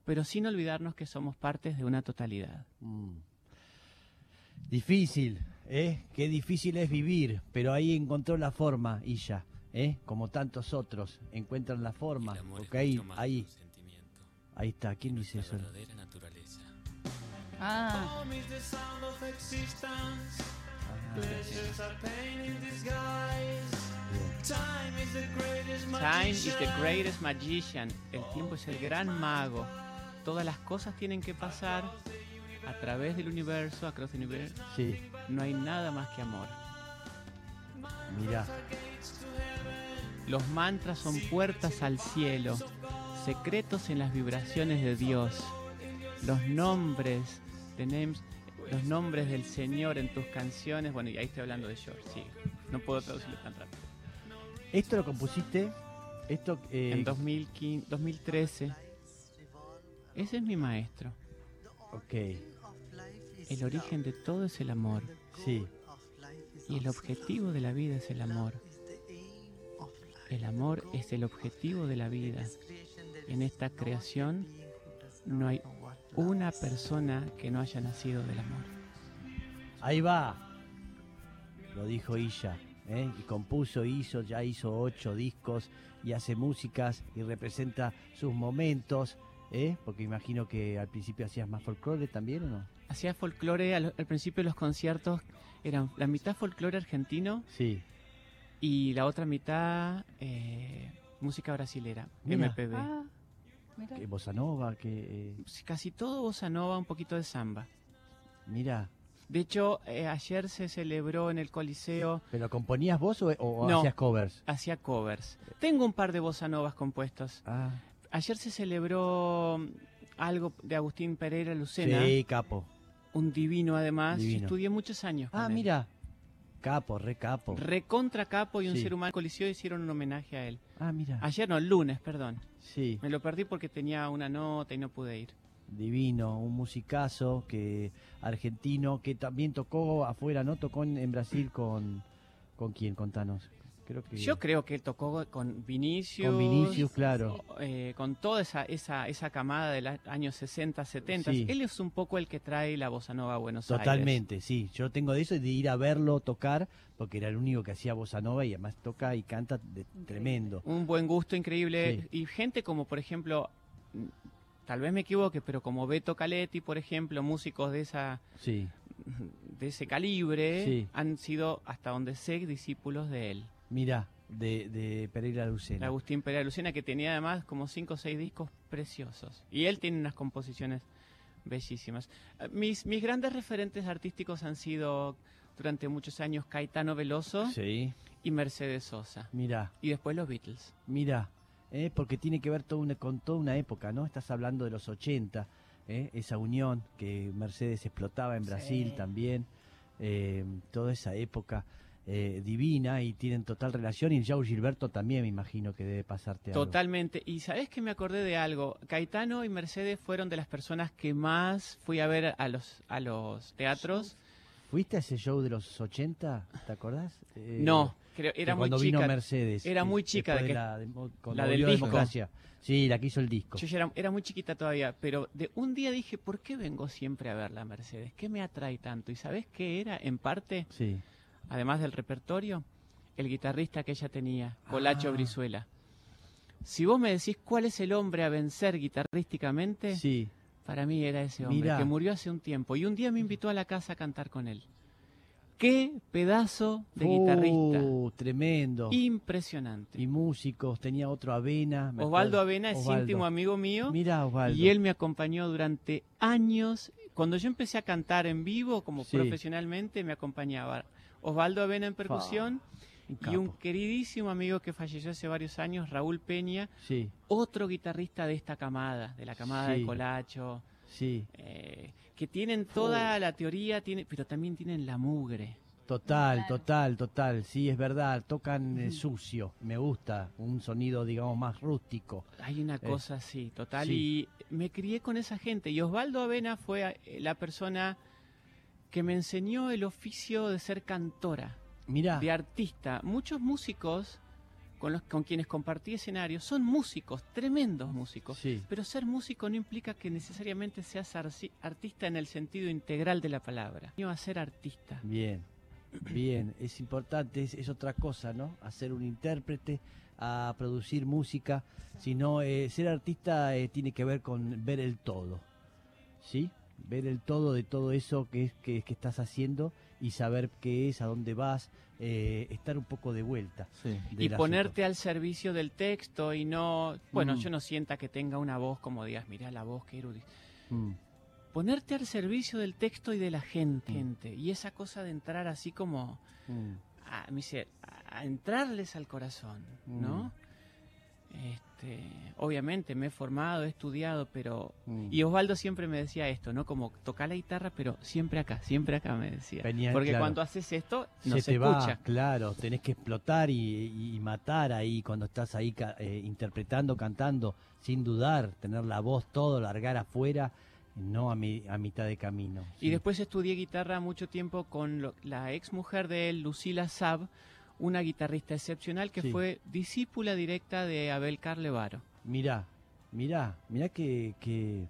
Speaker 2: pero sin olvidarnos que somos partes de una totalidad.
Speaker 1: mm. Difícil, ¿eh? Qué difícil es vivir, pero ahí encontró la forma, Illa, ¿eh? Como tantos otros, encuentran la forma.
Speaker 4: El amor
Speaker 1: Ok,
Speaker 4: es mucho más que
Speaker 1: ahí,
Speaker 4: un sentimiento.
Speaker 1: ahí está. ¿Quién dice
Speaker 4: La
Speaker 1: eso?
Speaker 4: verdadera naturaleza.
Speaker 3: Ah,
Speaker 1: Ah, bien.
Speaker 2: Time is the greatest magician. El tiempo es el gran mago. Todas las cosas tienen que pasar a través del universo, across the universe.
Speaker 1: Sí,
Speaker 2: No hay nada más que amor.
Speaker 1: mirá.
Speaker 2: Los mantras son puertas al cielo, secretos en las vibraciones de Dios. Los nombres, the names, los nombres del Señor en tus canciones. Bueno, y ahí estoy hablando de George, sí. No puedo traducirlo tan rápido.
Speaker 1: ¿Esto lo compusiste? Esto, eh,
Speaker 2: En 2015, 2013. Ese es mi maestro.
Speaker 1: Ok,
Speaker 2: El origen de todo es el amor.
Speaker 1: sí.
Speaker 2: Y el objetivo de la vida es el amor. El amor es el objetivo de la vida. En esta creación no hay una persona que no haya nacido del amor.
Speaker 1: Ahí va. Lo dijo Illa. ¿eh? Y compuso, hizo, ya hizo ocho discos y hace músicas y representa sus momentos. ¿eh? Porque imagino que al principio hacías más folclore también, ¿o no?
Speaker 2: Hacía folclore al, al principio de los conciertos. Eran la mitad folclore argentino
Speaker 1: Sí.
Speaker 2: y la otra mitad eh, música brasilera,
Speaker 1: Mira.
Speaker 2: MPB.
Speaker 3: ah, mira.
Speaker 1: Que bossa nova, que. eh,
Speaker 2: Casi todo bossa nova, un poquito de samba.
Speaker 1: mira.
Speaker 2: De hecho, eh, ayer se celebró en el Coliseo
Speaker 1: ¿Pero componías vos o, o
Speaker 2: No.
Speaker 1: hacías covers?
Speaker 2: hacia covers. Tengo un par de bossa novas compuestos.
Speaker 1: Ah,
Speaker 2: Ayer se celebró mm, algo de Agustín Pereira Lucena,
Speaker 1: sí, capo.
Speaker 2: un divino además. Yo
Speaker 1: Divino.
Speaker 2: Estudié muchos años. con
Speaker 1: Ah,
Speaker 2: él.
Speaker 1: mira. Capo, re capo.
Speaker 2: Recontra capo y un
Speaker 1: Sí.
Speaker 2: ser humano Coliseo hicieron un homenaje a él.
Speaker 1: Ah, mira.
Speaker 2: Ayer no, el lunes, perdón.
Speaker 1: Sí.
Speaker 2: Me lo perdí porque tenía una nota y no pude ir.
Speaker 1: Divino, un musicazo que argentino que también tocó afuera, ¿no? Tocó en, en Brasil con con quién, contanos. Creo que
Speaker 2: Yo creo que él tocó con Vinicius.
Speaker 1: con Vinicius, claro.
Speaker 2: eh, con toda esa, esa, esa camada de los años 60, 70.
Speaker 1: Sí.
Speaker 2: Él es un poco el que trae la bossa nova a Buenos Aires.
Speaker 1: Totalmente, sí. Yo tengo de eso y de ir a verlo tocar, porque era el único que hacía bossa nova y además toca y canta de tremendo.
Speaker 2: Un buen gusto increíble. Y gente como, por ejemplo, mm, tal vez me equivoque, pero como Beto Caletti, por ejemplo, músicos de esa
Speaker 1: Sí.
Speaker 2: de ese calibre,
Speaker 1: Sí.
Speaker 2: han sido, hasta donde sé, discípulos de él.
Speaker 1: Mira, de, de Pereira Lucena.
Speaker 2: Agustín Pereira Lucena, que tenía además como cinco o seis discos preciosos. Y él tiene unas composiciones Bellísimas. Eh, Mis, mis grandes referentes artísticos han sido durante muchos años Caetano Veloso
Speaker 1: Sí.
Speaker 2: y Mercedes Sosa.
Speaker 1: Mira,
Speaker 2: Y después los Beatles.
Speaker 1: mira. eh, porque tiene que ver todo una- con toda una época, ¿no? Estás hablando de los 80, eh, esa unión que Mercedes explotaba en Brasil
Speaker 3: Sí.
Speaker 1: también. eh, toda esa época eh, divina y tienen total relación. Y Joe Gilberto también me imagino que debe pasarte algo.
Speaker 2: Totalmente. Y sabes que me acordé de algo. Caetano y Mercedes fueron de las personas que más fui a ver a los, a los teatros.
Speaker 1: ¿Fuiste a ese show de los 80? ¿Te acordás? Eh,
Speaker 2: no, creo,
Speaker 1: que
Speaker 2: era muy
Speaker 1: cuando
Speaker 2: chica.
Speaker 1: vino Mercedes.
Speaker 2: era
Speaker 1: que
Speaker 2: muy chica,
Speaker 1: después de
Speaker 2: de que-
Speaker 1: la, demo- cuando
Speaker 2: la del
Speaker 1: volvió
Speaker 2: disco.
Speaker 1: democracia. Sí, la que hizo el disco.
Speaker 2: Yo ya era, era muy chiquita todavía, pero de un día dije, ¿por qué vengo siempre a verla, Mercedes? ¿Qué me atrae tanto? ¿Y sabes qué era, en parte,
Speaker 1: Sí.
Speaker 2: además del repertorio? El guitarrista que ella tenía, Colacho
Speaker 1: Ah.
Speaker 2: Brizuela. Si vos me decís cuál es el hombre a vencer guitarrísticamente,
Speaker 1: Sí.
Speaker 2: para mí era ese hombre
Speaker 1: Mirá.
Speaker 2: que murió hace un tiempo. Y un día me invitó a la casa a cantar con él. ¡Qué pedazo de guitarrista!
Speaker 1: Uh, tremendo. Y,
Speaker 2: Impresionante.
Speaker 1: músicos, tenía otro Avena. me
Speaker 2: Osvaldo
Speaker 1: acuerdo.
Speaker 2: Avena es
Speaker 1: Osvaldo.
Speaker 2: íntimo amigo mío.
Speaker 1: Mirá, Osvaldo.
Speaker 2: Y él me acompañó durante años. Cuando yo empecé a cantar en vivo, como
Speaker 1: Sí.
Speaker 2: profesionalmente, me acompañaba Osvaldo Avena en percusión
Speaker 1: Un
Speaker 2: y un
Speaker 1: capo.
Speaker 2: queridísimo amigo que falleció hace varios años, Raúl Peña,
Speaker 1: Sí,
Speaker 2: otro guitarrista de esta camada, de la camada
Speaker 1: Sí.
Speaker 2: de Colacho,
Speaker 1: sí.
Speaker 2: eh, que tienen toda la teoría, tiene, pero también tienen la mugre.
Speaker 1: Total,
Speaker 3: Claro.
Speaker 1: total, total. Sí, es verdad. Tocan eh,
Speaker 2: Ujú.
Speaker 1: sucio. Me gusta. Un sonido, digamos, más rústico.
Speaker 2: Hay una
Speaker 1: Eh,
Speaker 2: cosa así, total.
Speaker 1: sí.
Speaker 2: Y me crié con esa gente. Y Osvaldo Avena fue eh, la persona que me enseñó el oficio de ser cantora,
Speaker 1: Mirá.
Speaker 2: de artista. Muchos músicos con, los, con quienes compartí escenario son músicos, tremendos músicos.
Speaker 1: Sí.
Speaker 2: Pero ser músico no implica que necesariamente seas arci- artista en el sentido integral de la palabra. Yo a ser artista.
Speaker 1: Bien, bien, es importante, es, es otra cosa, ¿no? Hacer un intérprete, a producir música, sino eh, ser artista eh, tiene que ver con ver el todo, ¿sí? Ver el todo de todo eso que, es- que, que estás haciendo y saber qué es, a dónde vas, eh, estar un poco de vuelta.
Speaker 2: y
Speaker 1: del
Speaker 2: ponerte al servicio del texto y no, bueno,
Speaker 1: Mm.
Speaker 2: yo no sienta que tenga una voz como digas, mirá la voz que erudita.
Speaker 1: asunto. Mm,
Speaker 2: ponerte al servicio del texto y de la gente. gente. Y esa cosa de entrar así como
Speaker 1: mm.
Speaker 2: a, me dice, a a entrarles al corazón,
Speaker 1: Mm.
Speaker 2: ¿no? Este, obviamente me he formado, he estudiado, pero...
Speaker 1: Mm.
Speaker 2: Y Osvaldo siempre me decía esto, ¿no? Como tocar la guitarra, pero siempre acá, siempre acá me decía.
Speaker 1: Venía,
Speaker 2: Porque
Speaker 1: claro.
Speaker 2: cuando haces esto, no
Speaker 1: se,
Speaker 2: se,
Speaker 1: te
Speaker 2: escucha.
Speaker 1: va, claro, tenés que explotar y, y matar ahí cuando estás ahí ca- eh, interpretando, cantando, sin dudar, tener la voz todo, largar afuera, no a, mi- a mitad de camino.
Speaker 2: Y después estudié guitarra mucho tiempo con lo- la ex mujer de él, Lucila Sab, una guitarrista excepcional que
Speaker 1: Sí. Eh.
Speaker 2: fue discípula directa de Abel Carlevaro.
Speaker 1: Mirá, mirá, mirá que, que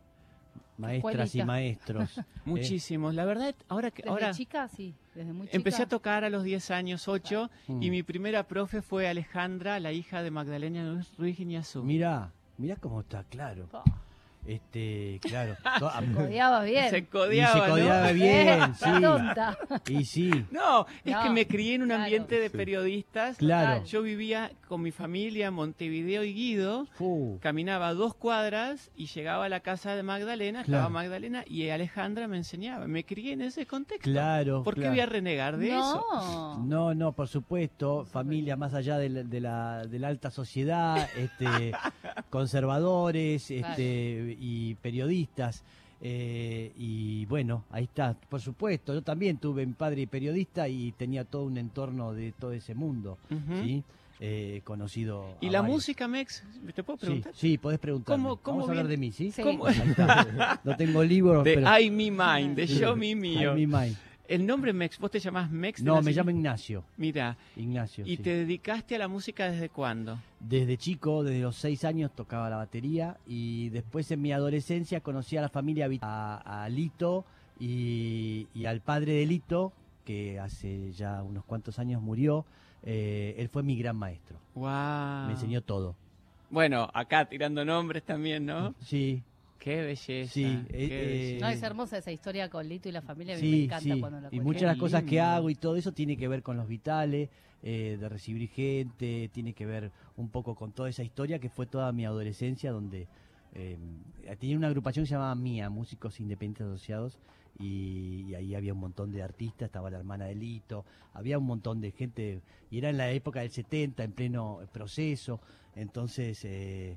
Speaker 1: maestras y
Speaker 3: cualita.
Speaker 1: maestros.
Speaker 2: Muchísimos. La verdad, ahora que
Speaker 3: Desde
Speaker 2: ahora
Speaker 3: chica, sí, desde muy chica.
Speaker 2: empecé a tocar a los 10 años, 8,
Speaker 1: Mm.
Speaker 2: y mi primera profe fue Alejandra, la hija de Magdalena Ruiz- Ruiz Iñazú.
Speaker 1: Mm. Mirá, mirá cómo está, claro.
Speaker 3: Pa.
Speaker 1: Este, claro.
Speaker 3: Codeaba bien.
Speaker 2: Se
Speaker 1: Y se
Speaker 2: codeaba, ¿no?
Speaker 1: codeaba
Speaker 3: Eh,
Speaker 1: bien,
Speaker 3: qué
Speaker 1: sí.
Speaker 3: tonta.
Speaker 1: Y sí,
Speaker 2: No, es que
Speaker 3: No,
Speaker 2: me crié en un
Speaker 3: claro.
Speaker 2: ambiente de
Speaker 4: Sí.
Speaker 2: periodistas.
Speaker 1: claro.
Speaker 2: Yo vivía con mi familia en Montevideo y Guido.
Speaker 1: Fu.
Speaker 2: Caminaba dos cuadras y llegaba a la casa de Magdalena,
Speaker 1: Claro.
Speaker 2: estaba Magdalena y Alejandra me enseñaba. Me crié en ese contexto.
Speaker 1: Claro.
Speaker 2: ¿Por qué
Speaker 1: claro.
Speaker 2: voy a renegar de eso?
Speaker 3: no.
Speaker 1: No, no, por supuesto, familia más allá de la, de la, de la alta sociedad, este, conservadores este,
Speaker 3: Claro.
Speaker 1: y periodistas. eh, y bueno, ahí está, por supuesto, yo también tuve un padre periodista y tenía todo un entorno de todo ese mundo,
Speaker 2: Ujú.
Speaker 1: ¿sí? Eh, conocido.
Speaker 2: ¿Y
Speaker 1: a
Speaker 2: la
Speaker 1: varios.
Speaker 2: música, Mex? ¿Te puedo
Speaker 1: Sí,
Speaker 2: preguntar?
Speaker 1: sí, podés preguntar.
Speaker 2: ¿Cómo- cómo
Speaker 1: Vamos a hablar
Speaker 2: bien-
Speaker 1: de mí, ¿sí?
Speaker 3: Sí.
Speaker 2: ¿Cómo-
Speaker 1: Ahí está. No tengo libros,
Speaker 2: De
Speaker 1: pero...
Speaker 2: I Me Mine, de
Speaker 1: Sí.
Speaker 2: Yo Mi Mío.
Speaker 1: Ay, mi mai.
Speaker 2: El nombre Mex, vos te llamás Mex. de
Speaker 1: No, me
Speaker 2: nacimiento?
Speaker 1: llamo Ignacio.
Speaker 2: Mira,
Speaker 1: Ignacio.
Speaker 2: ¿y
Speaker 1: sí.
Speaker 2: te dedicaste a la música desde cuándo?
Speaker 1: Desde chico, desde los seis años, tocaba la batería y después en mi adolescencia conocí a la familia Vit- a, a Lito y, y al padre de Lito, que hace ya unos cuantos años murió. Eh, él fue mi gran maestro,
Speaker 2: Wow.
Speaker 1: me enseñó todo.
Speaker 2: Bueno, acá tirando nombres también, ¿no?
Speaker 1: Sí,
Speaker 2: Qué belleza.
Speaker 1: Mm. Sí, eh,
Speaker 2: qué
Speaker 1: eh,
Speaker 2: belleza.
Speaker 3: No, es hermosa esa historia con Lito y la familia. a mí me
Speaker 1: sí,
Speaker 3: encanta
Speaker 1: sí.
Speaker 3: cuando la
Speaker 1: Y
Speaker 3: cuentan.
Speaker 1: muchas de las
Speaker 2: Qué
Speaker 1: cosas que
Speaker 2: lindo.
Speaker 1: hago y todo eso tiene que ver con los vitales, eh, de recibir gente, tiene que ver un poco con toda esa historia que fue toda mi adolescencia donde eh, tenía una agrupación que se llamaba MIA, Músicos Independientes Asociados, y, y ahí había un montón de artistas, estaba la hermana de Lito, había un montón de gente, y era en la época del 70, en pleno proceso, entonces eh,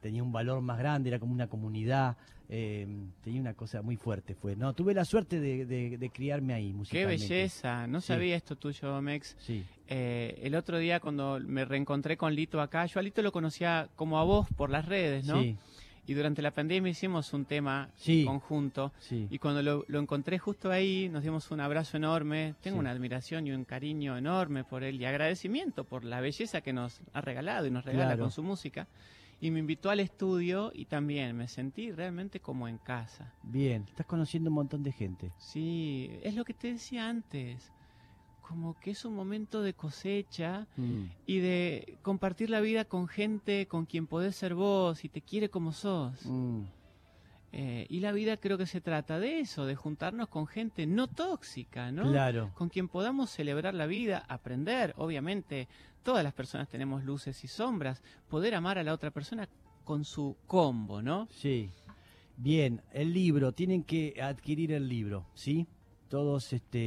Speaker 1: tenía un valor más grande, era como una comunidad, eh, tenía una cosa muy fuerte, fue. No, tuve la suerte de, de- de criarme ahí
Speaker 2: Qué
Speaker 1: musicalmente.
Speaker 2: belleza, no
Speaker 1: Sí.
Speaker 2: sabía esto tuyo, Mex.
Speaker 1: Sí,
Speaker 2: Eh, el otro día cuando me reencontré con Lito acá, yo a Lito lo conocía como a vos por las redes, ¿no?
Speaker 1: sí,
Speaker 2: Y durante la pandemia hicimos un tema
Speaker 1: sí,
Speaker 2: conjunto.
Speaker 1: sí.
Speaker 2: Y cuando lo, lo encontré justo ahí, nos dimos un abrazo enorme. Tengo
Speaker 1: Sí.
Speaker 2: una admiración y un cariño enorme por él y agradecimiento por la belleza que nos ha regalado y nos regala
Speaker 1: Claro.
Speaker 2: con su música. Y me invitó al estudio y también me sentí realmente como en casa.
Speaker 1: Bien, estás conociendo un montón de gente.
Speaker 2: Sí, es lo que te decía antes. Como que es un momento de cosecha y de compartir la vida con gente con quien podés ser vos y te quiere como sos.
Speaker 1: Mm.
Speaker 2: Eh, y la vida creo que se trata de eso, de juntarnos con gente no tóxica, ¿no?
Speaker 1: Claro,
Speaker 2: Con quien podamos celebrar la vida, aprender, obviamente, todas las personas tenemos luces y sombras, poder amar a la otra persona con su combo, ¿no?
Speaker 1: sí. Bien, el libro, tienen que adquirir el libro, ¿sí? Todos, este,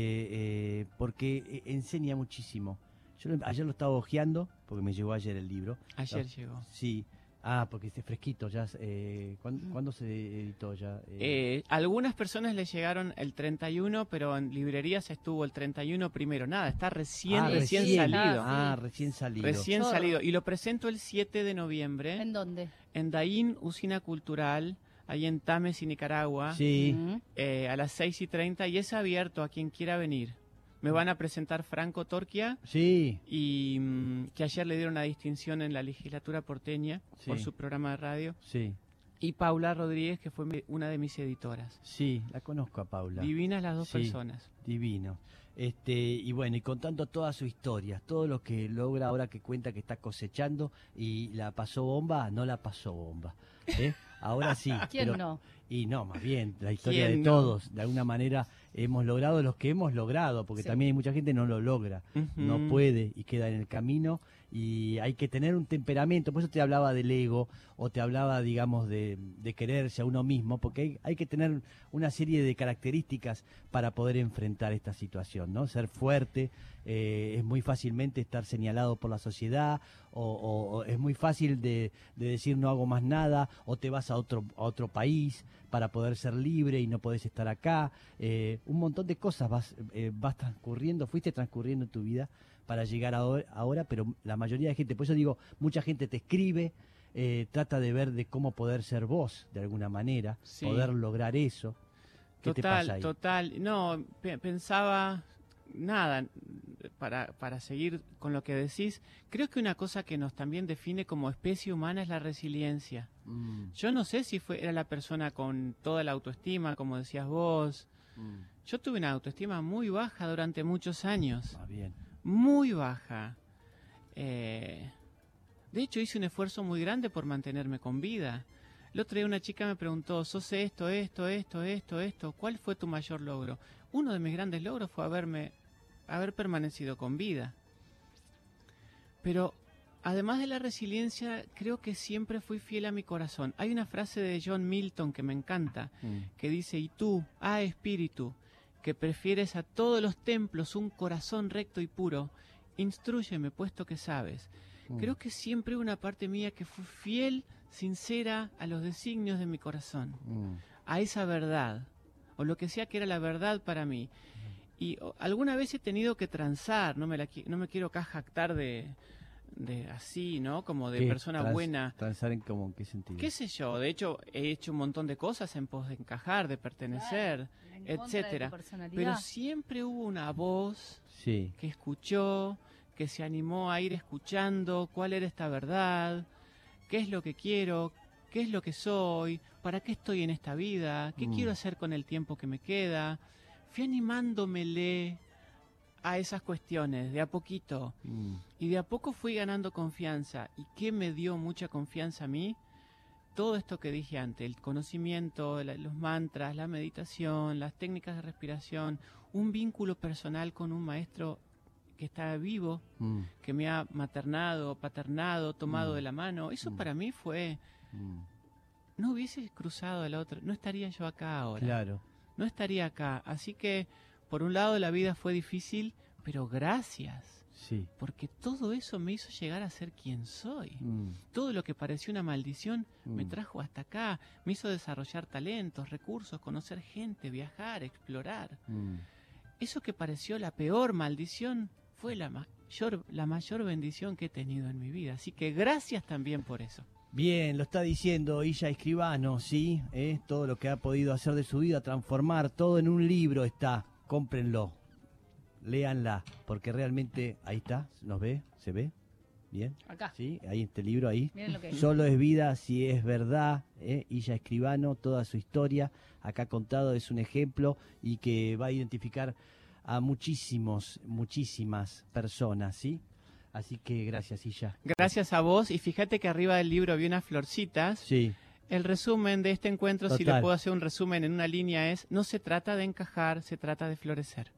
Speaker 1: eh, porque eh, enseña muchísimo. Yo lo- ayer lo estaba hojeando, porque me llegó ayer el libro.
Speaker 2: Ayer
Speaker 1: No.
Speaker 2: llegó.
Speaker 1: Sí. Ah, porque esté fresquito ya. eh, ¿cuán- ¿cuándo, se editó ya? Eh,
Speaker 2: Eh, algunas personas le llegaron el 31, pero en librerías estuvo el 31 primero. Nada, está recién,
Speaker 1: ah,
Speaker 2: recién,
Speaker 3: recién,
Speaker 2: salido.
Speaker 1: Ah, recién salido.
Speaker 2: Recién
Speaker 3: Chorro.
Speaker 2: salido. Y lo presento el 7 de
Speaker 1: ¿eh?
Speaker 2: noviembre
Speaker 3: ¿En dónde?
Speaker 2: en Daín Usina Cultural, ahí en Tames y Nicaragua.
Speaker 1: Sí.
Speaker 3: Mm.
Speaker 2: eh, a las 6 y 30 y es abierto a quien quiera venir. Me van a presentar Franco Torquia,
Speaker 1: Sí.
Speaker 2: y mm, que ayer le dieron la distinción en la legislatura porteña
Speaker 1: Sí.
Speaker 2: por su programa de radio,
Speaker 1: Sí.
Speaker 2: y Paula Rodríguez, que fue mi- una de mis editoras.
Speaker 1: Sí, la conozco a Paula.
Speaker 2: Divinas las dos
Speaker 1: Sí.
Speaker 2: personas.
Speaker 1: Divino. Este, y bueno, y contando toda su historia, todo lo que logra ahora que cuenta que está cosechando y la pasó bomba, no la pasó bomba. ¿eh? Ahora sí.
Speaker 3: ¿Quién
Speaker 1: pero-
Speaker 3: no?
Speaker 1: Y no, más bien, la historia de
Speaker 2: ¿Quién no?
Speaker 1: todos. De alguna manera hemos logrado los que hemos logrado, porque
Speaker 3: Sí.
Speaker 1: también hay mucha gente que no lo logra. no
Speaker 2: Ujú.
Speaker 1: puede y queda en el camino y hay que tener un temperamento, por eso te hablaba del ego o te hablaba, digamos, de, de quererse a uno mismo, porque hay, hay que tener una serie de características para poder enfrentar esta situación, ¿no? Ser fuerte, eh, es muy fácilmente estar señalado por la sociedad o, o- o es muy fácil de, de decir no hago más nada o te vas a otro, a otro país para poder ser libre y no podés estar acá, eh, un montón de cosas vas, eh, vas transcurriendo, fuiste transcurriendo tu vida para llegar aho- ahora, pero la mayoría de gente, por eso digo, mucha gente te escribe, eh, trata de ver de cómo poder ser vos de alguna manera,
Speaker 2: Sí.
Speaker 1: poder lograr eso. ¿Qué te
Speaker 2: Total,
Speaker 1: pasa ahí?
Speaker 2: total. No, pe- pensaba nada para, para seguir con lo que decís. Creo que una cosa que nos también define como especie humana es la resiliencia.
Speaker 1: Mm,
Speaker 2: Yo no sé si fue, era la persona con toda la autoestima, como decías vos.
Speaker 1: mm.
Speaker 2: Yo tuve una autoestima muy baja durante muchos años.
Speaker 1: Ah, bien.
Speaker 2: Muy baja. Eh, de hecho, hice un esfuerzo muy grande por mantenerme con vida. El otro día una chica me preguntó, sos esto, esto, esto, esto, esto, ¿cuál fue tu mayor logro? Uno de mis grandes logros fue haberme, haber permanecido con vida. Pero además de la resiliencia, creo que siempre fui fiel a mi corazón. Hay una frase de John Milton que me encanta,
Speaker 1: Mm,
Speaker 2: que dice, y tú, ah espíritu, que prefieres a todos los templos un corazón recto y puro, instruyeme puesto que sabes.
Speaker 1: Mm.
Speaker 2: Creo que siempre hubo una parte mía que fue fiel, sincera a los designios de mi corazón,
Speaker 1: Mm.
Speaker 2: a esa verdad, o lo que sea que era la verdad para mí.
Speaker 1: Mm.
Speaker 2: Y o, alguna vez he tenido que transar, no me, la, qui- no me quiero acá jactar de, de así, ¿no? Como de
Speaker 1: ¿Qué?
Speaker 2: persona
Speaker 1: Trans- Mm.
Speaker 2: buena.
Speaker 1: Transar en como, ¿en qué sentido?
Speaker 2: ¿Qué sé yo? De hecho, he hecho un montón de cosas en pos de encajar, de pertenecer.
Speaker 3: En contra de tu
Speaker 2: etcétera.
Speaker 3: personalidad.
Speaker 2: Pero siempre hubo una voz
Speaker 1: Sí.
Speaker 2: que escuchó, que se animó a ir escuchando cuál era esta verdad, qué es lo que quiero, qué es lo que soy, para qué estoy en esta vida, qué
Speaker 1: Mm.
Speaker 2: quiero hacer con el tiempo que me queda. Fui animándomele a esas cuestiones de a poquito.
Speaker 1: Mm.
Speaker 2: Y de a poco fui ganando confianza. ¿Y qué me dio mucha confianza a mí? Todo esto que dije antes, el conocimiento, la- los mantras, la meditación, las técnicas de respiración, un vínculo personal con un maestro que está vivo,
Speaker 1: Mm.
Speaker 2: que me ha maternado, paternado, tomado
Speaker 1: Mm.
Speaker 2: de la mano. Eso
Speaker 1: Mm.
Speaker 2: para mí fue
Speaker 1: Mm.
Speaker 2: no hubiese cruzado al otro, no estaría yo acá ahora.
Speaker 1: Claro.
Speaker 2: No estaría acá. Así que, por un lado, la vida fue difícil, pero gracias.
Speaker 1: Sí.
Speaker 2: Porque todo eso me hizo llegar a ser quien soy.
Speaker 1: Mm,
Speaker 2: Todo lo que parecía una maldición me
Speaker 1: Mm.
Speaker 2: trajo hasta acá. Me hizo desarrollar talentos, recursos, conocer gente, viajar, explorar.
Speaker 1: mm.
Speaker 2: Eso que pareció la peor maldición fue la mayor, la mayor bendición que he tenido en mi vida. Así que gracias también por eso.
Speaker 1: Bien, lo está diciendo Illa Escribano, ¿sí? ¿Eh? Todo lo que ha podido hacer de su vida, transformar todo en un libro está. Cómprenlo, léanla, porque realmente ahí está, ¿nos ve? ¿Se ve? Bien,
Speaker 2: Ah.
Speaker 3: Acá.
Speaker 1: ¿sí? Ahí este libro, ahí.
Speaker 3: Miren lo que es.
Speaker 1: Solo es vida si es verdad, ¿eh? Illa Escribano, toda su historia, acá contado es un ejemplo y que va a identificar a muchísimos, muchísimas personas, ¿sí? Así que gracias, Illa.
Speaker 2: Gracias a vos y fíjate que arriba del libro había unas florcitas.
Speaker 1: Sí,
Speaker 2: El resumen de este encuentro, si
Speaker 1: Total.
Speaker 2: le puedo hacer un resumen en una línea, es no se trata de encajar, se trata de florecer.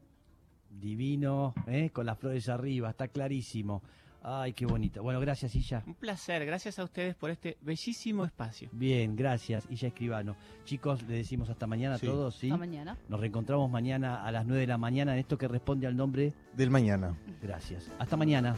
Speaker 1: Divino, ¿eh? con las flores arriba, está clarísimo. Ay, qué bonito. Bueno, gracias, Illa.
Speaker 2: Un placer, gracias a ustedes por este bellísimo espacio.
Speaker 1: Bien, gracias, Illa Escribano. Chicos, le decimos hasta mañana
Speaker 4: Sí.
Speaker 1: a todos, ¿sí?
Speaker 3: Hasta mañana.
Speaker 1: Nos reencontramos mañana a las 9 de la mañana en esto que responde al nombre.
Speaker 4: Del mañana.
Speaker 1: Gracias. Hasta mañana.